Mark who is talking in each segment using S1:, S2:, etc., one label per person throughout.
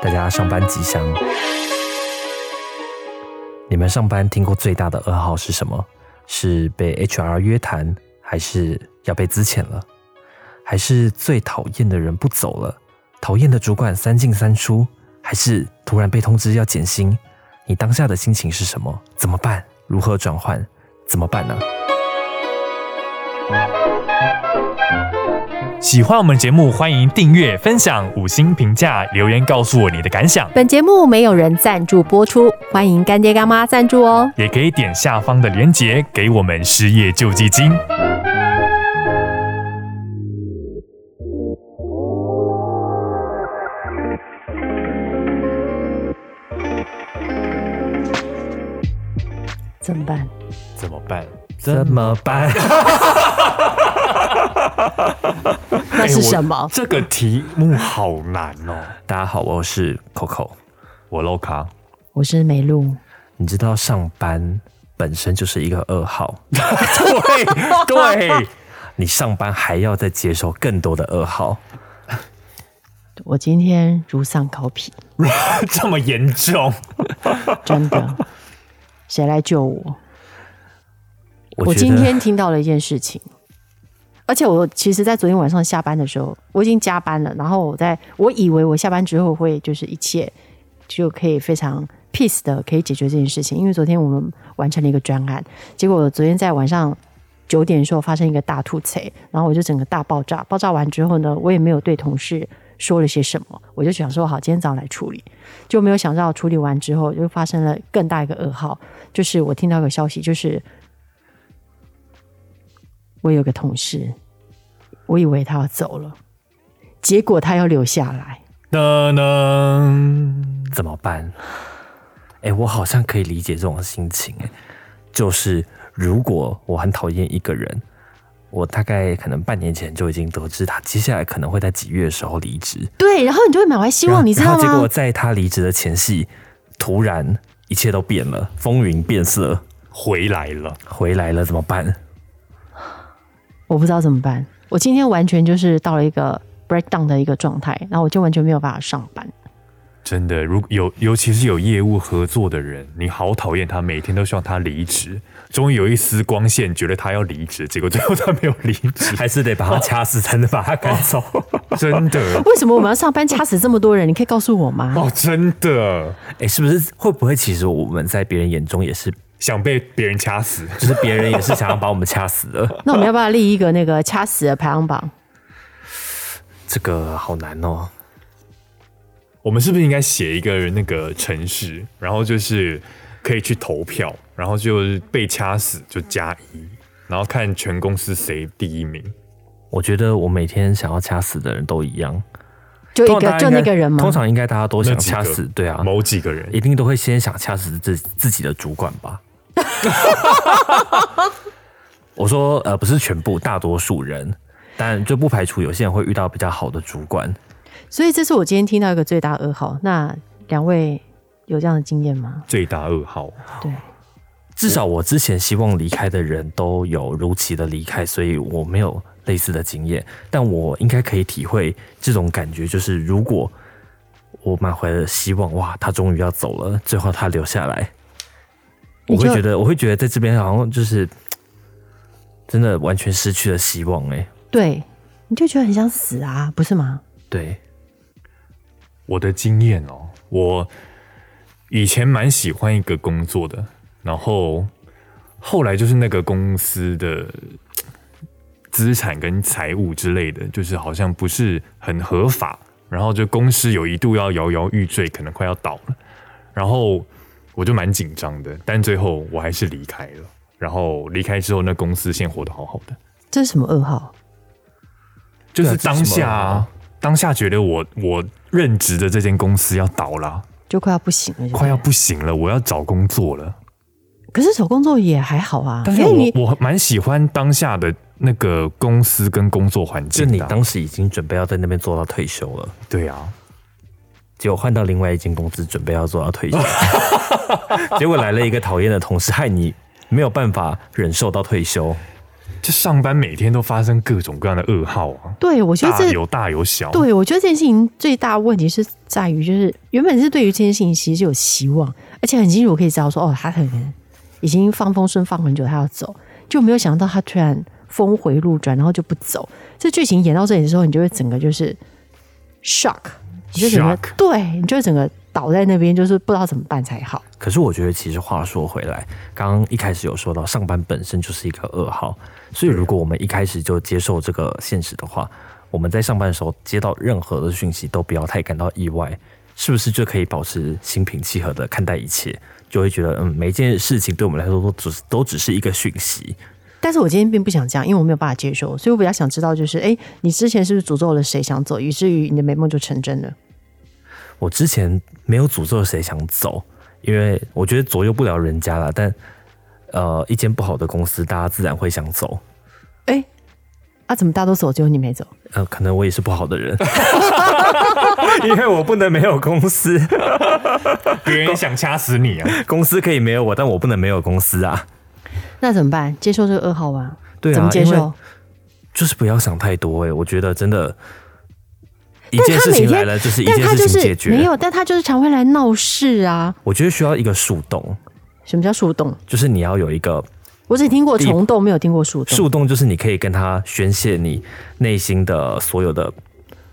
S1: 大家上班吉祥。你们上班听过最大的噩耗是什么？是被 HR 约谈，还是要被资遣了，还是最讨厌的人不走了，讨厌的主管三进三出，还是突然被通知要减薪？你当下的心情是什么？怎么办？如何转换？怎么办呢、
S2: 喜欢我们节目，欢迎订阅、分享、五星评价、留言告诉我你的感想，
S3: 本节目没有人赞助播出，欢迎干爹干妈赞助哦。
S2: 也可以点下方的链接给我们失业救济金。
S3: 怎么办？
S2: 怎么办？
S1: 怎么办？
S3: 那是什么？
S2: 哎这个题目好难哦。
S1: 大家好，我是 Coco。
S2: 我 low 卡，
S3: 我是梅露，
S1: 你知道上班本身就是一个噩耗，
S2: 对对，
S1: 你上班还要再接受更多的噩耗。
S3: 我今天如丧考妣，
S2: 这么严重，
S3: 真的。谁来救我？我
S1: 觉
S3: 今
S1: 得
S3: 天听到了一件事情，而且我其实，在昨天晚上下班的时候，我已经加班了，然后我在我以为我下班之后会就是一切就可以非常 peace 的可以解决这件事情，因为昨天我们完成了一个专案，结果我昨天在晚上。九点的时候发生一个大吐槽，然后我就整个大爆炸。爆炸完之后呢，我也没有对同事说了些什么，我就想说好，今天早上来处理。就没有想到处理完之后，就发生了更大一个噩耗，就是我听到一个消息，就是我有个同事，我以为他要走了，结果他要留下来。
S2: 噔噔，
S1: 怎么办？哎、我好像可以理解这种心情、哎，就是如果我很讨厌一个人，我大概可能半年前就已经得知他接下来可能会在几月的时候离职，
S3: 对，啊然后你就会满怀希
S1: 然后
S3: 望，你知
S1: 然
S3: 道
S1: 后结果
S3: 吗？
S1: 在他离职的前夕，突然一切都变了，风云变色，
S2: 回来了，
S1: 回来了怎么办？
S3: 我不知道怎么办。我今天完全就是到了一个 breakdown 的一个状态，然后我就完全没有办法上班。
S2: 真的，如有尤其是有业务合作的人，你好讨厌他，每天都希望他离职。终于有一丝光线，觉得他要离职，结果最后他没有离 职，
S1: 还是得把他掐死才能把他赶走。
S2: 真的
S3: 为什么我们要上班掐死这么多人？你可以告诉我吗？
S2: 哦，真的
S1: 哎、是不是会不会其实我们在别人眼中也是，
S2: 想被别人掐死。
S1: 就是别人也是想要把我们掐死的？
S3: 那我们要不要立一个那个掐死的排行榜？
S1: 这个好难哦。
S2: 我们是不是应该写一个那个城市，然后就是可以去投票，然后就是被掐死就加一，然后看全公司谁第一名。
S1: 我觉得我每天想要掐死的人都一样，
S3: 就一
S1: 通常
S3: 个
S1: 大家
S3: 就
S1: 应该
S3: 那个人吗？
S1: 通常应该大家都想
S2: 那几个
S1: 掐死，对啊，
S2: 某几个人
S1: 一定都会先想掐死自自己的主管吧。 我说呃，不是全部，大多数人，但就不排除有些人会遇到比较好的主管。
S3: 所以这是我今天听到一个最大噩耗。那两位有这样的经验吗？
S2: 最大噩耗，
S3: 对，
S1: 至少我之前希望离开的人都有如期的离开，所以我没有类似的经验，但我应该可以体会这种感觉，就是如果我满怀了希望，哇，他终于要走了，最后他留下来，我
S3: 你就
S1: 会觉得，我会觉得在这边好像就是嘖真的完全失去了希望、欸，哎，
S3: 对，你就觉得很想死啊，不是吗？
S1: 对，
S2: 我的经验哦，我以前蛮喜欢一个工作的，然后后来就是那个公司的资产跟财务之类的，就是好像不是很合法，然后就公司有一度要摇摇欲坠，可能快要倒了，然后我就蛮紧张的，但最后我还是离开了。然后离开之后，那公司现在活得好好的，
S3: 这是什么噩耗？
S2: 就是
S1: 对啊这是
S2: 当
S1: 什么
S2: 下、
S1: 啊
S2: 当下觉得我我任职的这间公司要倒了啊、
S3: 就快要不行了，就对
S2: 快要。不行了，我要找工作了。
S3: 可是找工作也还好啊，
S2: 但是
S3: 因为
S2: 我
S3: 你
S2: 我蛮喜欢当下的那个公司跟工作环
S1: 就
S2: 境的
S1: 你
S2: 啊。
S1: 当时已经准备要在那边做到退休了，
S2: 对啊，
S1: 结果换到另外一间公司，准备要做到退休，结果来了一个讨厌的同事，害你没有办法忍受到退休。
S2: 就上班每天都发生各种各样的噩耗啊，
S3: 对，我觉得
S2: 大
S3: 这
S2: 有大有小。
S3: 对我觉得这件事情最大的问题是在于，就是原本是对于这件事情其实是有希望，而且很清楚可以知道说，哦，他可能已经放风声放很久，他要走，就没有想到他突然峰回路转，然后就不走。这剧情演到这里的时候，你就会整个就是 shock，你就整个
S2: Shock
S3: 对，你就会整个倒在那边，就是不知道怎么办才好。
S1: 可是我觉得，其实话说回来，刚刚一开始有说到，上班本身就是一个噩耗，所以如果我们一开始就接受这个现实的话，我们在上班的时候接到任何的讯息都不要太感到意外，是不是就可以保持心平气和的看待一切？就会觉得，嗯，每一件事情对我们来说都只是都只是一个讯息，
S3: 但是我今天并不想这样，因为我没有办法接受，所以我比较想知道，就是哎，你之前是不是诅咒了谁想走，以至于你的美梦就成真了？
S1: 我之前没有诅咒谁想走，因为我觉得左右不了人家啦。但呃，一间不好的公司，大家自然会想走。
S3: 哎，啊，怎么大家都走，只有你没走？
S1: 呃，可能我也是不好的人， 因为我不能没有公司，
S2: 别人想掐死你啊！
S1: 公司可以没有我，但我不能没有公司啊。
S3: 那怎么办？接受这个噩耗吧。
S1: 对啊
S3: 怎么接
S1: 因为
S3: 受？
S1: 就是不要想太多哎、我觉得真的，一
S3: 但
S1: 件
S3: 他
S1: 事
S3: 每
S1: 情
S3: 天，
S1: 来了就是一
S3: 但
S1: 件
S3: 他
S1: 事
S3: 就
S1: 情解
S3: 是
S1: 决。
S3: 没有，但他就是常会来闹事啊。
S1: 我觉得需要一个树洞，
S3: 什么叫树洞？
S1: 就是你要有一个
S3: 我只听过
S1: 地
S3: 虫洞，没有听过树洞。
S1: 树洞，就是你可以跟他宣泄你内心的所有的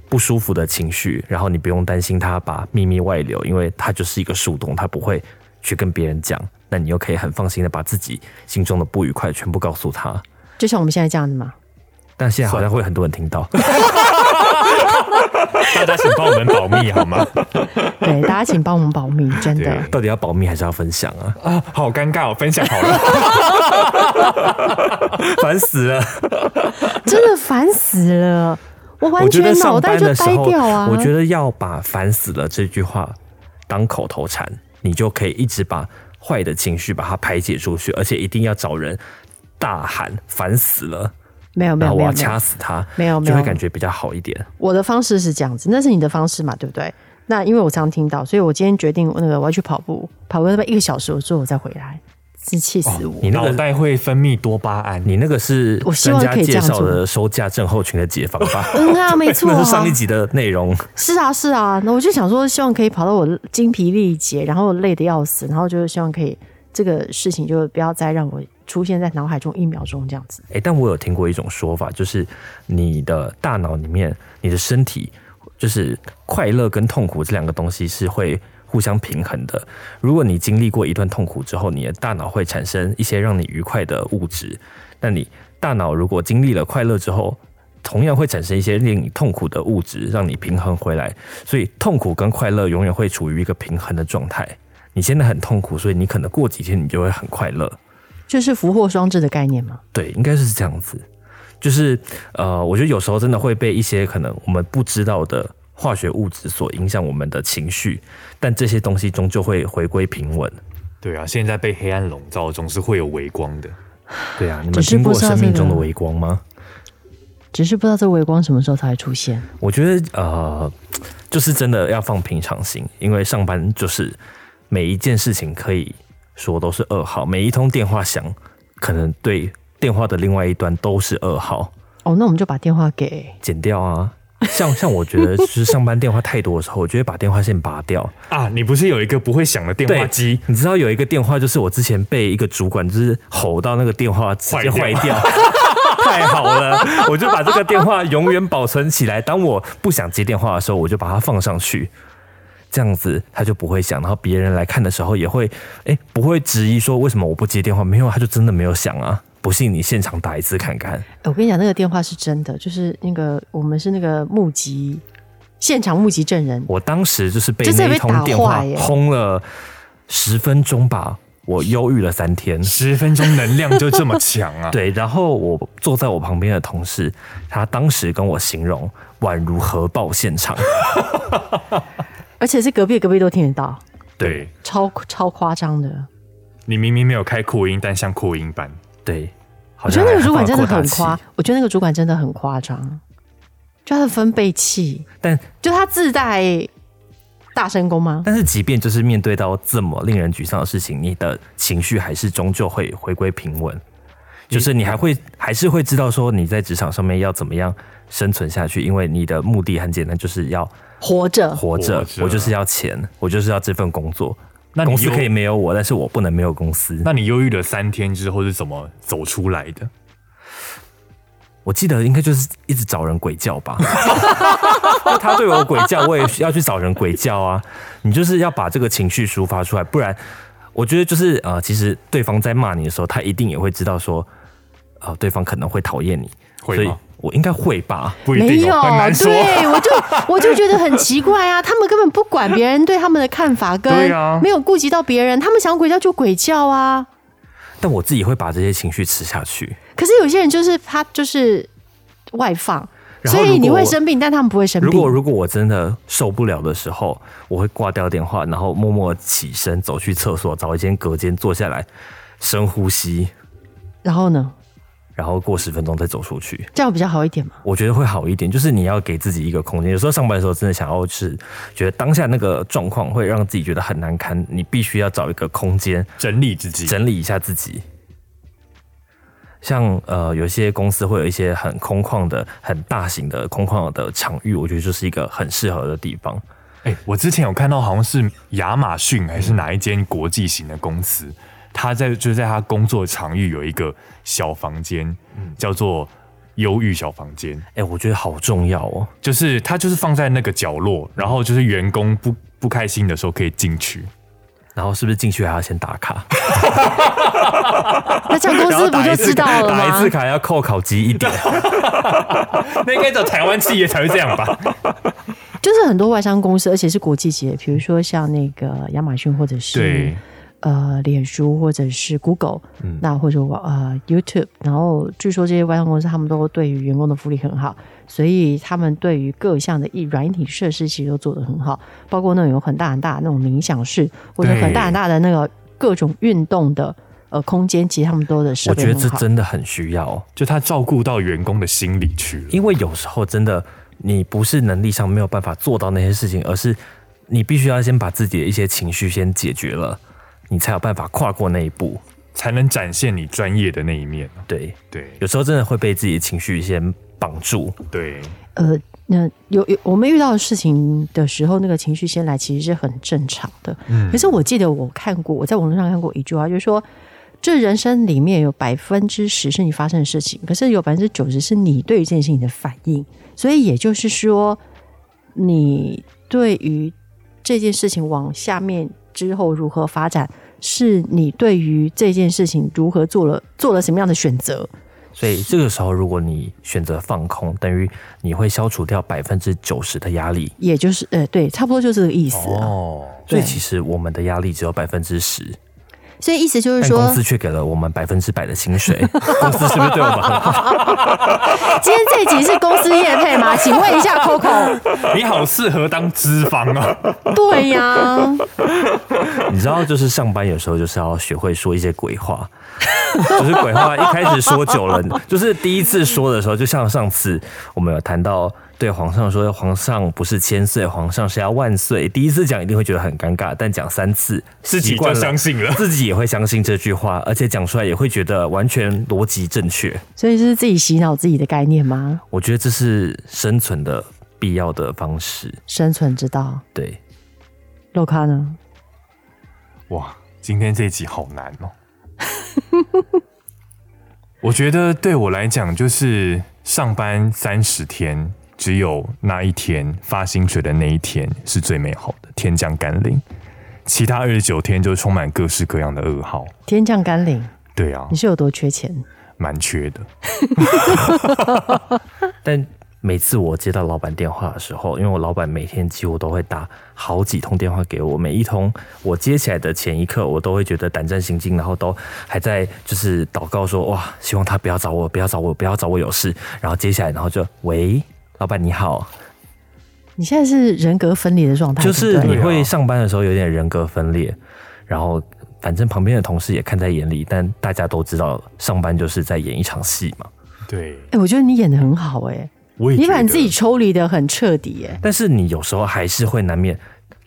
S1: 不舒服的情绪，然后你不用担心他把秘密外流，因为他就是一个树洞，他不会去跟别人讲。那你又可以很放心的把自己心中的不愉快全部告诉他。
S3: 就像我们现在这样子嘛。
S1: 但现在好像会很多人听到，
S2: 大家请帮我们保密好 吗？
S3: 对，大家请帮我们保密，真的
S2: 对。
S1: 到底要保密还是要分享啊？
S2: 啊，好尴尬哦，分享好 了。
S1: 烦死了！
S3: 真的烦死了。我
S1: 我
S3: 完
S1: 觉
S3: 全
S1: 得
S3: 脑
S1: 上
S3: 袋
S1: 班
S3: 就
S1: 的时
S3: 呆
S1: 候，
S3: 掉啊！
S1: 我觉得要把“烦死了”这句话当口头禅，你就可以一直把坏的情绪把它排解出去，而且一定要找人大喊“烦死了
S3: 没有”，没
S1: 然
S3: 有
S1: 后
S3: 没
S1: 我要
S3: 有没有
S1: 掐，死他，
S3: 没有没有
S1: 就会感觉比较好一点。
S3: 我的方式是这样子，那是你的方式嘛，对不对？那因为我常听到，所以我今天决定那个我要去跑步，跑步那么一个小时，我之后我再回来，真气死我。
S1: 你那
S2: 脑
S1: 个，
S2: 袋会分泌多巴胺，
S1: 你那个是
S3: 哎我希
S1: 专
S3: 望
S1: 家
S3: 可以这
S1: 介
S3: 样
S1: 绍
S3: 做
S1: 的收假症候群的解放吧？
S3: 嗯啊， 没错、
S1: 那
S3: 啊，
S1: 是上一集的内容。
S3: 是啊，是啊，那我就想说，希望可以跑到我精疲力竭，然后累得要死，然后就是希望可以这个事情就不要再让我出现在脑海中一秒钟这样子。
S1: 诶，但我有听过一种说法，就是你的大脑里面，你的身体，就是快乐跟痛苦这两个东西是会互相平衡的。如果你经历过一段痛苦之后，你的大脑会产生一些让你愉快的物质，那你大脑如果经历了快乐之后，同样会产生一些令你痛苦的物质，让你平衡回来。所以痛苦跟快乐永远会处于一个平衡的状态。你现在很痛苦，所以你可能过几天你就会很快乐。
S3: 就是福祸双至的概念嘛。
S1: 对，应该是这样子。就是呃，我觉得有时候真的会被一些可能我们不知道的化学物质所影响我们的情绪，但这些东西终究会回归平稳。
S2: 对啊，现在被黑暗笼罩，总是会有微光的。
S1: 对啊，你
S3: 只
S1: 们
S3: 是
S1: 听
S3: 不
S1: 过
S3: 知道
S1: 生命
S3: 这
S1: 中的
S3: 个
S1: 微光吗？
S3: 只是不知道这微光什么时候才会出现。
S1: 我觉得呃，就是真的要放平常心，因为上班就是每一件事情可以说都是噩耗，每一通电话响，可能对电话的另外一端都是噩耗。
S3: 哦，那我们就把电话给
S1: 剪掉啊。像像我觉得，就是上班电话太多的时候，我就会把电话线拔掉。
S2: 啊，你不是有一个不会响的电话机？
S1: 你知道有一个电话，就是我之前被一个主管就是吼到那个电话直接坏
S2: 坏掉
S1: 掉。 太好了，我就把这个电话永远保存起来。当我不想接电话的时候，我就把它放上去，这样子它就不会响。然后别人来看的时候，也会哎、不会质疑说为什么我不接电话？没有，它就真的没有响啊。不信你现场打一次看看。
S3: 哎我跟你讲，那个电话是真的，就是那个我们是那个目击现场目击证人，
S1: 我当时就是被
S3: 就
S1: 那
S3: 是
S1: 一
S3: 被
S1: 通电
S3: 打
S1: 话
S3: 坏耶
S1: 轰了十分钟吧，我忧郁了三天。
S2: 十分钟能量就这么强 啊？
S1: 对，然后我坐在我旁边的同事，他当时跟我形容宛如核爆现 场，
S3: 而且是隔壁的隔壁都听得到，
S2: 对，
S3: 超超夸张的。
S2: 你明明没有开扩音，但像扩音般。
S1: 对，好
S3: 我觉
S1: 像
S3: 得那个
S1: 还
S3: 主
S1: 放
S3: 管真
S1: 了
S3: 的
S1: 扩大
S3: 很
S1: 器
S3: 夸，我觉得那个主管真的很夸张，就他的分贝器，
S1: 但
S3: 就他自带大声公吗？
S1: 但是即便就是面对到这么令人沮丧的事情，你的情绪还是终究会回归平稳。就是你还会还是会知道说你在职场上面要怎么样生存下去，因为你的目的很简单，就是要
S3: 活着，
S1: 活着
S2: 活，着
S1: 我就是要钱，我就是要这份工作。
S2: 那你
S1: 公司
S2: 忧
S1: 可以没有我，但是我不能没有公司。
S2: 那你忧郁了三天之后是怎么走出来的？
S1: 我记得应该就是一直找人鬼叫吧， 因为他对我鬼叫，我也要去找人鬼叫啊。你就是要把这个情绪抒发出来，不然我觉得就是呃，其实对方在骂你的时候，他一定也会知道说，呃，对方可能会讨厌你，
S2: 会
S1: 所以
S2: 吗
S1: 我应该会吧。
S2: 不一
S3: 没
S2: 定、
S3: 有
S2: 哦，很难，说。
S3: 对我就 我就觉得很奇怪啊，他们根本不管别人对他们的看法，跟
S2: 对啊
S3: 没有顾及到别人，他们想鬼叫就鬼叫啊。
S1: 但我自己会把这些情绪吃下去。
S3: 可是有些人就是他就是外放，
S1: 然后
S3: 所以
S1: 如
S3: 你
S1: 果
S3: 会
S1: 我
S3: 生病，但他们不会生病。
S1: 如果如果我真的受不了的时候，我会挂掉电话，然后默默起身走去厕所，找一间隔间坐下来，深呼吸，
S3: 然后呢，
S1: 然后过十分钟再走出去。
S3: 这样比较好一点 嘛。
S1: 我觉得会好一点，就是你要给自己一个空间。有时候上班的时候，真的想要是觉得当下那个状况会让自己觉得很难堪，你必须要找一个空间
S2: 整理自己，
S1: 整理一下自己。像呃，有一些公司会有一些很空旷的、很大型的空旷的场域，我觉得就是一个很适合的地方。
S2: 哎、我之前有看到好像是亚马逊还是哪一间国际型的公司，他在就在他工作场域有一个小房间，叫做忧郁小房间，
S1: 哎、我觉得好重要哦。
S2: 就是他就是放在那个角落，然后就是员工不不开心的时候可以进去，
S1: 然后是不是进去还要先打卡？
S3: 那这样公
S1: 然后
S3: 司不
S1: 打一
S3: 就
S1: 次
S3: 知道 了
S1: 打一
S3: 吗
S1: 次？卡要扣考级一 点。
S2: 那应该找台湾企业才会这样吧？
S3: 就是很多外商公司，而且是国际级的，比如说像那个亚马逊或者是
S2: 对，
S3: 呃脸书或者是 Google，、那
S1: 嗯
S3: 或者网呃 YouTube，然后据说这些外商公司他们都对于员工的福利很好，所以他们对于各项的一软体设施其实都做得很好，包括那种有很大很大的那种冥想室，或者
S2: 对
S3: 很大很大的那个各种运动的呃空间，其实他们都的设
S1: 我
S3: 备
S1: 觉得
S3: 很好。
S1: 这真的很需要，哦
S2: 就他照顾到员工的心理去了。
S1: 因为有时候真的你不是能力上没有办法做到那些事情，而是你必须要先把自己的一些情绪先解决了，你才有办法跨过那一步。
S2: 才能展现你专业的那一面。
S1: 对，
S2: 对
S1: 有时候真的会被自己的情绪先绑住。
S2: 对，
S3: 呃，那有有我们遇到的事情的时候，那个情绪先来其实是很正常的。
S2: 嗯
S3: 可是我记得我看过，我在网络上看过一句话，就是说，这人生里面有百分之十是你发生的事情，可是有百分之九十是你对于这件事情的反应。所以也就是说，你对于这件事情往下面之后如何发展，是你对于这件事情如何做了做了什么样的选择。
S1: 所以这个时候，如果你选择放空，等于你会消除掉百分之九十的压力。
S3: 也就是，呃，对，差不多就是这个意思啊、
S2: 哦，
S1: 所以
S3: 对
S1: 其实我们的压力只有百分之十，
S3: 所以意思就是
S1: 但
S3: 说，
S1: 公司却给了我们百分之百的薪 水，公司是不是对我们很好？
S3: 今天这集是公司业配吗？请问一下 Coco。
S2: 你好适合当脂肪哦。
S3: 对呀、
S1: 你知道，就是上班有时候就是要学会说一些鬼话， 就是鬼话一开始说久了，就是第一次说的时候，就像上次我们有谈到对皇上说，皇上不是千岁，皇上是要万岁。第一次讲一定会觉得很尴尬，但讲三次
S2: 自己
S1: 习惯
S2: 就相信了
S1: 自己也会相信这句话，而且讲出来也会觉得完全逻辑正确。
S3: 所以这是自己洗脑自己的概念吗？
S1: 我觉得这是生存的必要的方式，
S3: 生存之道，
S1: 对。
S3: 洛卡呢？
S2: 哇，今天这一集好难哦。 我觉得对我来讲，就是上班三十天，只有那一天发薪水的那一天是最美好的，天降甘霖。其他二十九天就充满各式各样的噩耗。
S3: 天降甘霖，
S2: 对啊
S3: 你，是有多缺钱？
S2: 蛮缺的。
S1: 但每次我接到老板电话的时候，因为我老板每天几乎都会打好几通电话给我，每一通我接起来的前一刻，我都会觉得胆战心惊，然后都还在就是祷告说哇，希望他不要找我，不要找我，不要找我有事。然后接下来，然后就喂，老板你好，
S3: 你现在是人格分裂的状态，
S1: 就是
S3: 对不
S1: 你
S3: 对
S1: 会上班的时候有点人格分裂，然后。反正旁边的同事也看在眼里，但大家都知道上班就是在演一场戏嘛。
S2: 对，
S3: 哎、我觉得你演的很好、哎，
S2: 我也
S3: 你
S2: 觉
S3: 把
S2: 得
S3: 你自己抽离的很彻底、哎，
S1: 但是你有时候还是会难免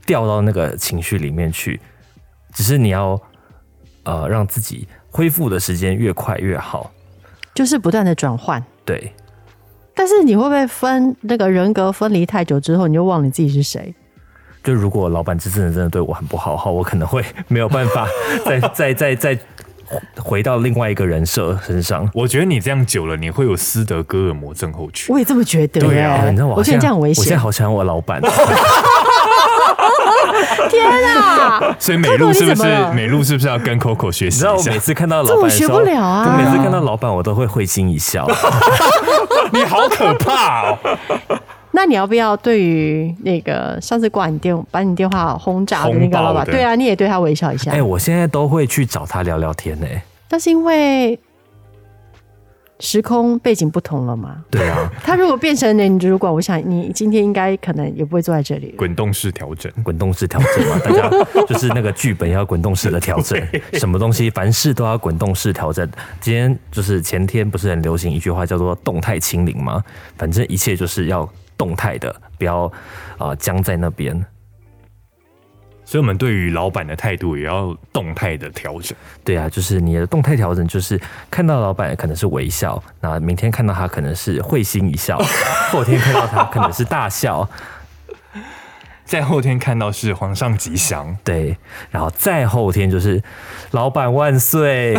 S1: 掉到那个情绪里面去，只是你要呃让自己恢复的时间越快越好。
S3: 就是不断的转换。
S1: 对，
S3: 但是你会不会分那个人格分离太久之后，你就忘了你自己是谁？
S1: 就如果老板这真的真的对我很不好的话，我可能会没有办法再再 再再回到另外一个人设身上。
S2: 我觉得你这样久了，你会有斯德哥尔摩症候群。
S3: 我也这么觉得、耶
S2: 对啊
S1: 哎你知道我好
S3: 我觉
S1: 像
S3: 得这样很危
S1: 我现
S3: 险
S1: 在。好喜欢我老板，
S3: 天啊，
S2: 所以美露是不
S3: 你怎
S2: 是
S3: 么了
S2: 美露是不是要跟 Coco 学
S1: 你
S2: 习
S1: 知道
S2: 一
S1: 我
S2: 下
S1: 每？次看到
S3: 这
S1: 老
S3: 我
S1: 板的
S3: 学
S1: 时
S3: 不
S1: 候，
S3: 了啊！
S1: 我每次看到老板我都会会心一笑。
S2: 你好可怕哦！
S3: 那你要不要对于那个上次挂你电把你电话轰炸的那个老
S2: 轰爆
S3: 板，
S2: 的
S3: 对啊，你也对他微笑一下？
S1: 哎、我现在都会去找他聊聊天呢、
S3: 但是因为时空背景不同了 嘛，
S1: 对啊，
S3: 他如果变成你主管，我想你今天应该可能也不会坐在这里了。
S2: 滚动式调整，
S1: 滚动式调整嘛，大家就是那个剧本要滚动式的调整，什么东西凡事都要滚动式调整。今天就是前天不是很流行一句话叫做“动态清零”吗？反正一切就是要动态的，不要啊僵在那边。
S2: 所以我们对于老板的态度也要动态的调整。
S1: 对啊，就是你的动态调整，就是看到老板可能是微笑，那明天看到他可能是会心一笑，后天看到他可能是大笑，
S2: 在后天看到是皇上吉祥，
S1: 对，然后再后天就是老板万岁！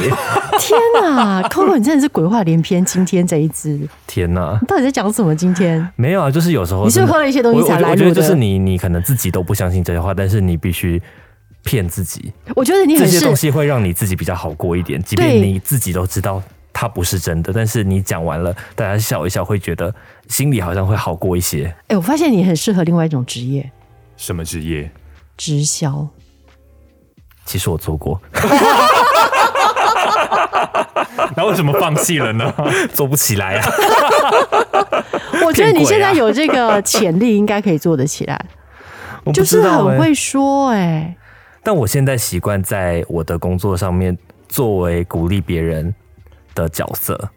S3: 天哪，Coco，你真的啊是鬼话连篇。今天 这一支，你
S1: 天哪，
S3: 到底在讲什么？今天
S1: 没有啊，就是有时候
S3: 你是
S1: 真
S3: 不是
S1: 的
S3: 喝了一些东西
S1: 我
S3: 才
S1: 我觉
S3: 来
S1: 我觉
S3: 录
S1: 得就
S3: 的
S1: 是你，你可能自己都不相信这些话，但是你必须骗自己，
S3: 我觉得你
S1: 这
S3: 很
S1: 些
S3: 适
S1: 东西会让你自己比较好过一点，即
S3: 对
S1: 便你自己都知道。它不是真的，但是你讲完了，大家笑一笑，会觉得心里好像会好过一些。
S3: 哎、我发现你很适合另外一种职业
S2: 什么职业？
S3: —— 直销。
S1: 其实我做过，
S2: 那为什么放弃了呢？
S1: 做不起来啊。
S3: 我觉得
S1: 骗鬼
S3: 你
S1: 啊
S3: 现在有这个潜力，应该可以做得 起来，
S1: 我不
S3: 就是
S1: 知道
S3: 很
S1: 欸
S3: 会说、哎，
S1: 但我现在习惯在我的工作上面作为鼓励别人的角色。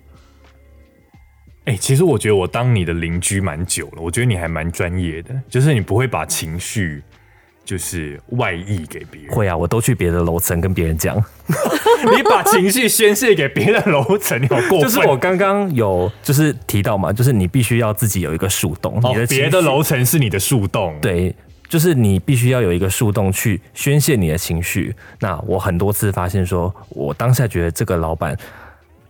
S2: 哎、其实我觉得我当你的邻居蛮久了，我觉得你还蛮专业的，就是你不会把情绪就是外溢给别 人，
S1: 会啊，我都去别的楼层跟别人讲。
S2: 你把情绪宣泄给别的楼层，你好过分。
S1: 就是我刚刚有就是提到嘛，就是你必须要自己有一个树洞，
S2: 哦
S1: 你的，情
S2: 别
S1: 绪
S2: 的楼层是你的树洞，，
S1: 对，就是你必须要有一个树洞去宣泄你的情绪。那我很多次发现说，我当下觉得这个老板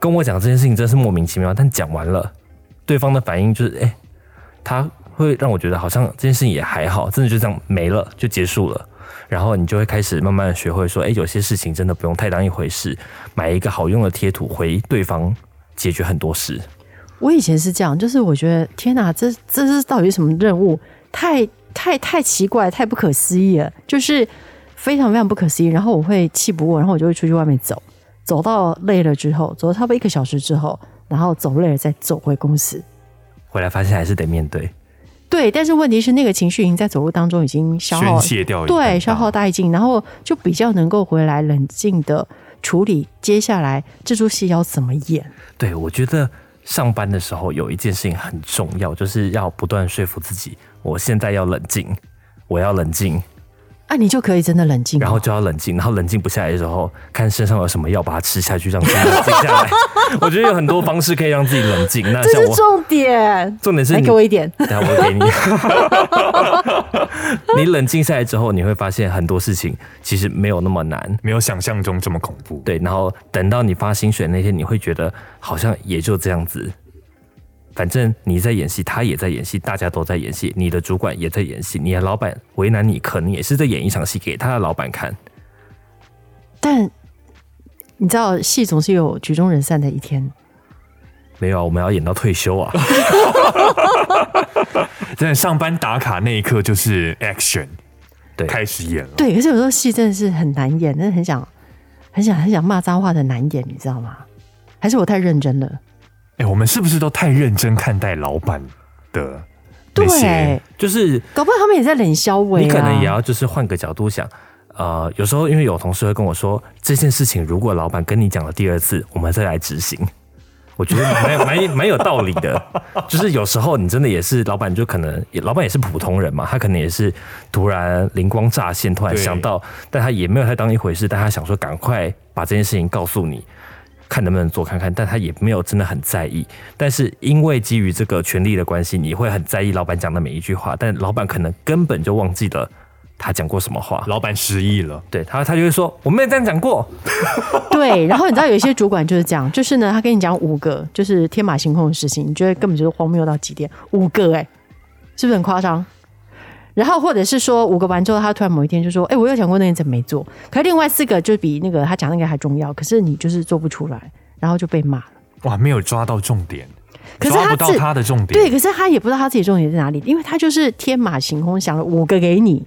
S1: 跟我讲这件事情真是莫名其妙，但讲完了，对方的反应就是，哎、他会让我觉得好像这件事情也还好，真的就这样没了，就结束了。然后你就会开始慢慢的学会说，哎、有些事情真的不用太当一回事，买一个好用的贴图回对方，解决很多事。
S3: 我以前是这样，就是我觉得天哪，这这是到底是什么任务？太太太奇怪，太不可思议了，就是非常非常不可思议。然后我会气不过，然后我就会出去外面走，走到累了之后，走到差不多一个小时之后，然后走累了再走回公司。
S1: 回来发现还是得面对，
S3: 对，但是问题是那个情绪已经在走路当中已经消耗
S2: 宣泄掉一半
S3: 对，消耗殆尽，然后就比较能够回来冷静的处理接下来这出戏要怎么演。
S1: 对，我觉得上班的时候有一件事情很重要，就是要不断说服自己，我现在要冷静，我要冷静，
S3: 啊，你就可以真的冷静了，
S1: 然后就要冷静，然后冷静不下来的时候，看身上有什么药把它吃下去，让自己冷静下来。 我觉得有很多方式可以让自己冷静。那
S3: 这
S1: 像
S3: 是
S1: 我，
S3: 重点。
S1: 重点是
S3: 来
S1: 你
S3: 给我一点，
S1: 等一下我给你。 你冷静下来之后，你会发现很多事情其实没有那么难。
S2: 没有想象中这么恐怖。
S1: 对，然后等到你发薪水那天，你会觉得好像也就这样子。反正你在演戏，他也在演戏，大家都在演戏，你的主管也在演戏，你的老板为难你，可能也是在演一场戏给他的老板看。
S3: 但你知道戏总是有曲终人散的一天。
S1: 没有啊，我们要演到退休啊！
S2: 真的，上班打卡那一刻就是 action，
S1: 对
S2: 开始演了。
S3: 对，可是有时候戏真的是很难演，真的很想很想很想骂脏话的难演，你知道吗？还是我太认真了？
S2: 哎、我们是不是都太认真看待老板的那些
S3: 对？，
S1: 就是
S3: 搞不好他们也在冷消委、啊。
S1: 你可能也要就是换个角度想，呃，有时候因为有同事会跟我说这件事情，如果老板跟你讲了第二次，我们再来执行。我觉得蛮蛮蛮有道理的，就是有时候你真的也是老板，就可能也老板也是普通人嘛，他可能也是突然灵光乍现，突然
S2: 对
S1: 想到，但他也没有太当一回事，但他想说赶快把这件事情告诉你，看能不能做看看，但他也没有真的很在意。但是因为基于这个权力的关系，你会很在意老板讲的每一句话，但老板可能根本就忘记了他讲过什么
S3: 嗯
S1: 话。
S2: 老板失忆了，
S1: 对他，他就会说我没有这样讲过。
S3: 对，然后你知道有一些主管就是这样，就是呢，他跟你讲五个就是天马行空的事情，你觉得根本就是荒谬到极点，五个哎、是不是很夸张？然后或者是说五个完之后，他突然某一天就说：“哎、我有讲过那你怎么没做？”可是另外四个就比那个他讲那个还重要，可是你就是做不出来，然后就被骂了。
S2: 哇，没有抓到重点，
S3: 可是
S2: 抓
S3: 他
S2: 不到
S3: 自
S2: 他的重点。
S3: 对，可是他也不知道他自己重点在哪里，因为他就是天马行空想了五个给你，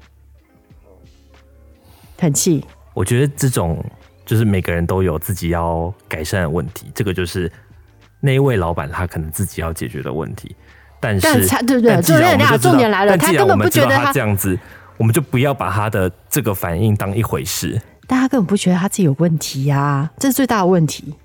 S3: 很气。
S1: 我觉得这种就是每个人都有自己要改善的问题，这个就是那一位老板他可能自己要解决的问题。但是，
S3: 但他对对
S1: 但既然
S3: 对对
S1: 我们
S3: 对
S1: 就知道
S3: 重点来了
S1: 但既
S3: 他
S1: 然
S3: 根本
S1: 我们
S3: 不觉得
S1: 知道他
S3: 他
S1: 这样子，我们就不要把他的这个反应当一回事，
S3: 但他根本不觉得他自己有问题呀、这是最大的问题。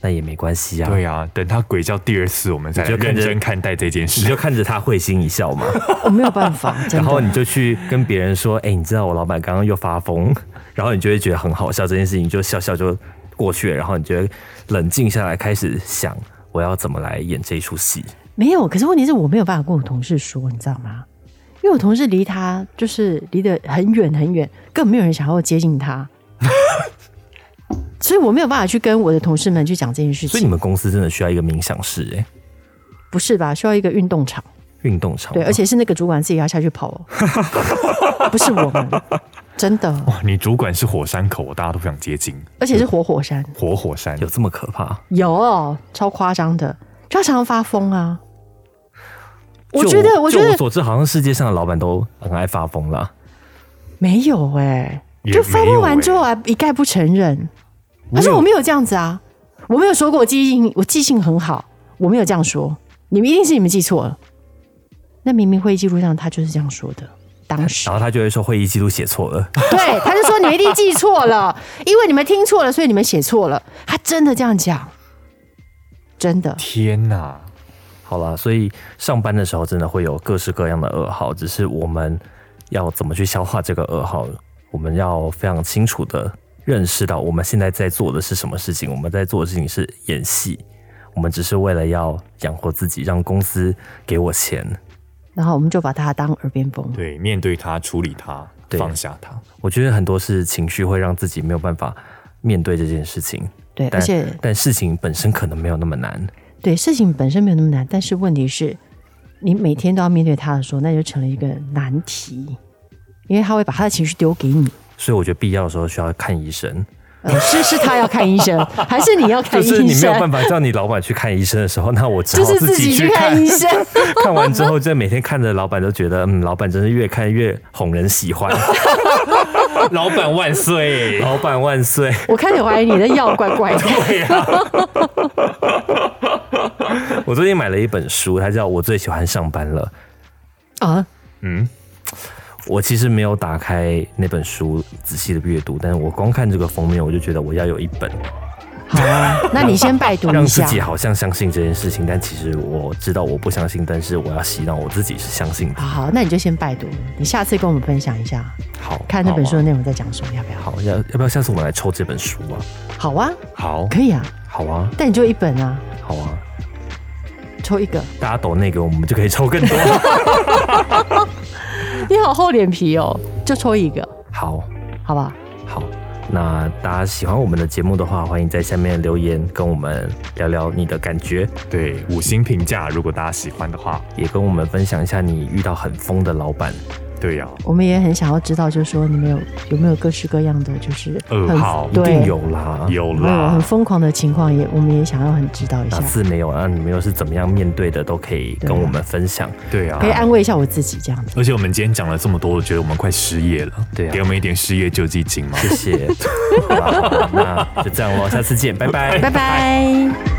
S1: 那也没关系啊。
S2: 对啊，等他鬼叫第二次，我们再来
S1: 你就
S2: 认
S1: 跟着
S2: 真看待这件
S1: 你
S2: 事。
S1: 就看着他会心一笑嘛，
S3: 我、没有办法， 真
S1: 然后
S3: 的。
S1: 你就去跟别人说：“哎、你知道我老板刚刚又发 疯。”然后你就会觉得很好笑，这件事情就笑笑就过去了。然后你觉得冷静下来，开始想我要怎么来演这一出戏。
S3: 没有，可是问题是我没有办法跟我同事说，你知道吗？因为我同事离他就是离得很远很远，根本没有人想要接 近他，所以我没有办法去跟我的同事们去讲这件事
S1: 所以你
S3: 情。
S1: 们公司真的需要一个冥想室、哎，
S3: 不是吧？需要一个运动场，
S1: 运动场吗。
S3: 对，而且是那个主管自己要下去跑 哦，不是我们，真的，
S2: 哇， 你主管是火山口，大家都不想接近
S3: 而且是活火山，
S2: 活火山
S1: 有。这么可怕？
S3: 有哦超夸张的，就他常常发疯啊。我
S1: 就
S3: 觉得，我觉
S1: 就
S3: 得
S1: 我所知，好像世界上的老板都很爱发疯啦。
S3: 没有哎、
S2: 也
S3: 就发
S2: 没有
S3: 问完
S2: 欸
S3: 之后还一概不承认。他说我没有这样子啊，我没有说过我记性，我记性很好，我没有这样说。你们一定是你们记错了。那明明会议记录上他就是这样说的，当 时
S1: 然后他就会说会议记录写错了，
S3: 对，他就说你们一定记错了，因为你们听错了，所以你们写错了。他真的这样讲，真的。
S2: 天哪！
S1: 好啦，所以上班的时候真的会有各式各样的噩耗，只是我们要怎么去消化这个噩耗，我们要非常清楚的认识到我们现在在做的是什么事情。我们在做的事情是演戏，我们只是为了要养活自己，让公司给我钱。
S3: 然后我们就把他当耳边风。
S2: 对，面对他，处理他，
S1: 对
S2: 放下他。
S1: 我觉得很多是情绪会让自己没有办法面对这件事情，
S3: 对，
S1: 但
S3: 而且
S1: 但事情本身可能没有那么难。
S3: 对事情本身没有那么难，但是问题是，你每天都要面对他的时候，那就成了一个难题，因为他会把他的情绪丢给你。
S1: 所以我觉得必要的时候需要看医生。
S3: 呃、是是他要看医生，还是你要看
S1: 就
S3: 医生？
S1: 是你没有办法叫你老板去看医生的时候，那我只
S3: 就
S1: 好
S3: 是自己
S1: 己
S3: 去
S1: 看
S3: 看医生。
S1: 看完之后，这每天看着老板都觉得，嗯，老板真是越看越哄人喜欢，
S2: 老板万岁！
S1: 老板万岁！
S3: 我开始怀疑你的药怪怪的。
S1: 我最近买了一本书，它叫《我最喜欢上班了
S3: 啊，
S2: 嗯，》。
S1: 我其实没有打开那本书仔细的阅读，但是我光看这个封面，我就觉得我要有一本，
S3: 好啊，那你先拜读
S1: 让
S3: 一
S1: 自
S3: 下。
S1: 己好像相信这件事情，但其实我知道我不相信，但是我要洗脑我自己是相信的。
S3: 好好，那你就先拜读，你下次跟我们分享一下，
S1: 好，
S3: 看那本
S1: 好
S3: 书的
S1: 啊。
S3: 内容在讲什么，要不要？
S1: 好，要要不要下次我们来抽这本书啊？
S3: 好啊，
S2: 好，
S3: 可以啊，
S1: 好啊，
S3: 但你就一本啊，
S1: 好啊，
S3: 抽一个。
S1: 大家抖那个，我们就可以抽更多。
S3: 你好厚脸皮哦，就抽一个，
S1: 好。
S3: 好不好？
S1: 好，那大家喜欢我们的节目的话，欢迎在下面留言跟我们聊聊你的感觉，
S2: 对，五星评价，如果大家喜欢的话，
S1: 也跟我们分享一下你遇到很疯的老板。
S2: 对啊呀、
S3: 我们也很想要知道，就是说你们有有没有各式各样的，就是
S2: 噩
S3: 很
S2: 耗
S1: 一定
S3: 对，
S1: 有啦，
S2: 有
S3: 没有
S2: 啦
S3: 很，疯狂的情况也，我们也想要很知道一下
S1: 哪，次没有啊？你们又是怎么样面对的，都可以跟我们分享。
S2: 对啊
S1: 哎
S3: 可以。安慰一下我自己这 样子。
S2: 而且我们今天讲了这么多，我觉得我们快失业了，
S1: 对啊
S2: 给我们一点失业救济金嘛。
S1: 谢谢，好啦那就这样喽，下次见，拜拜
S3: 拜拜。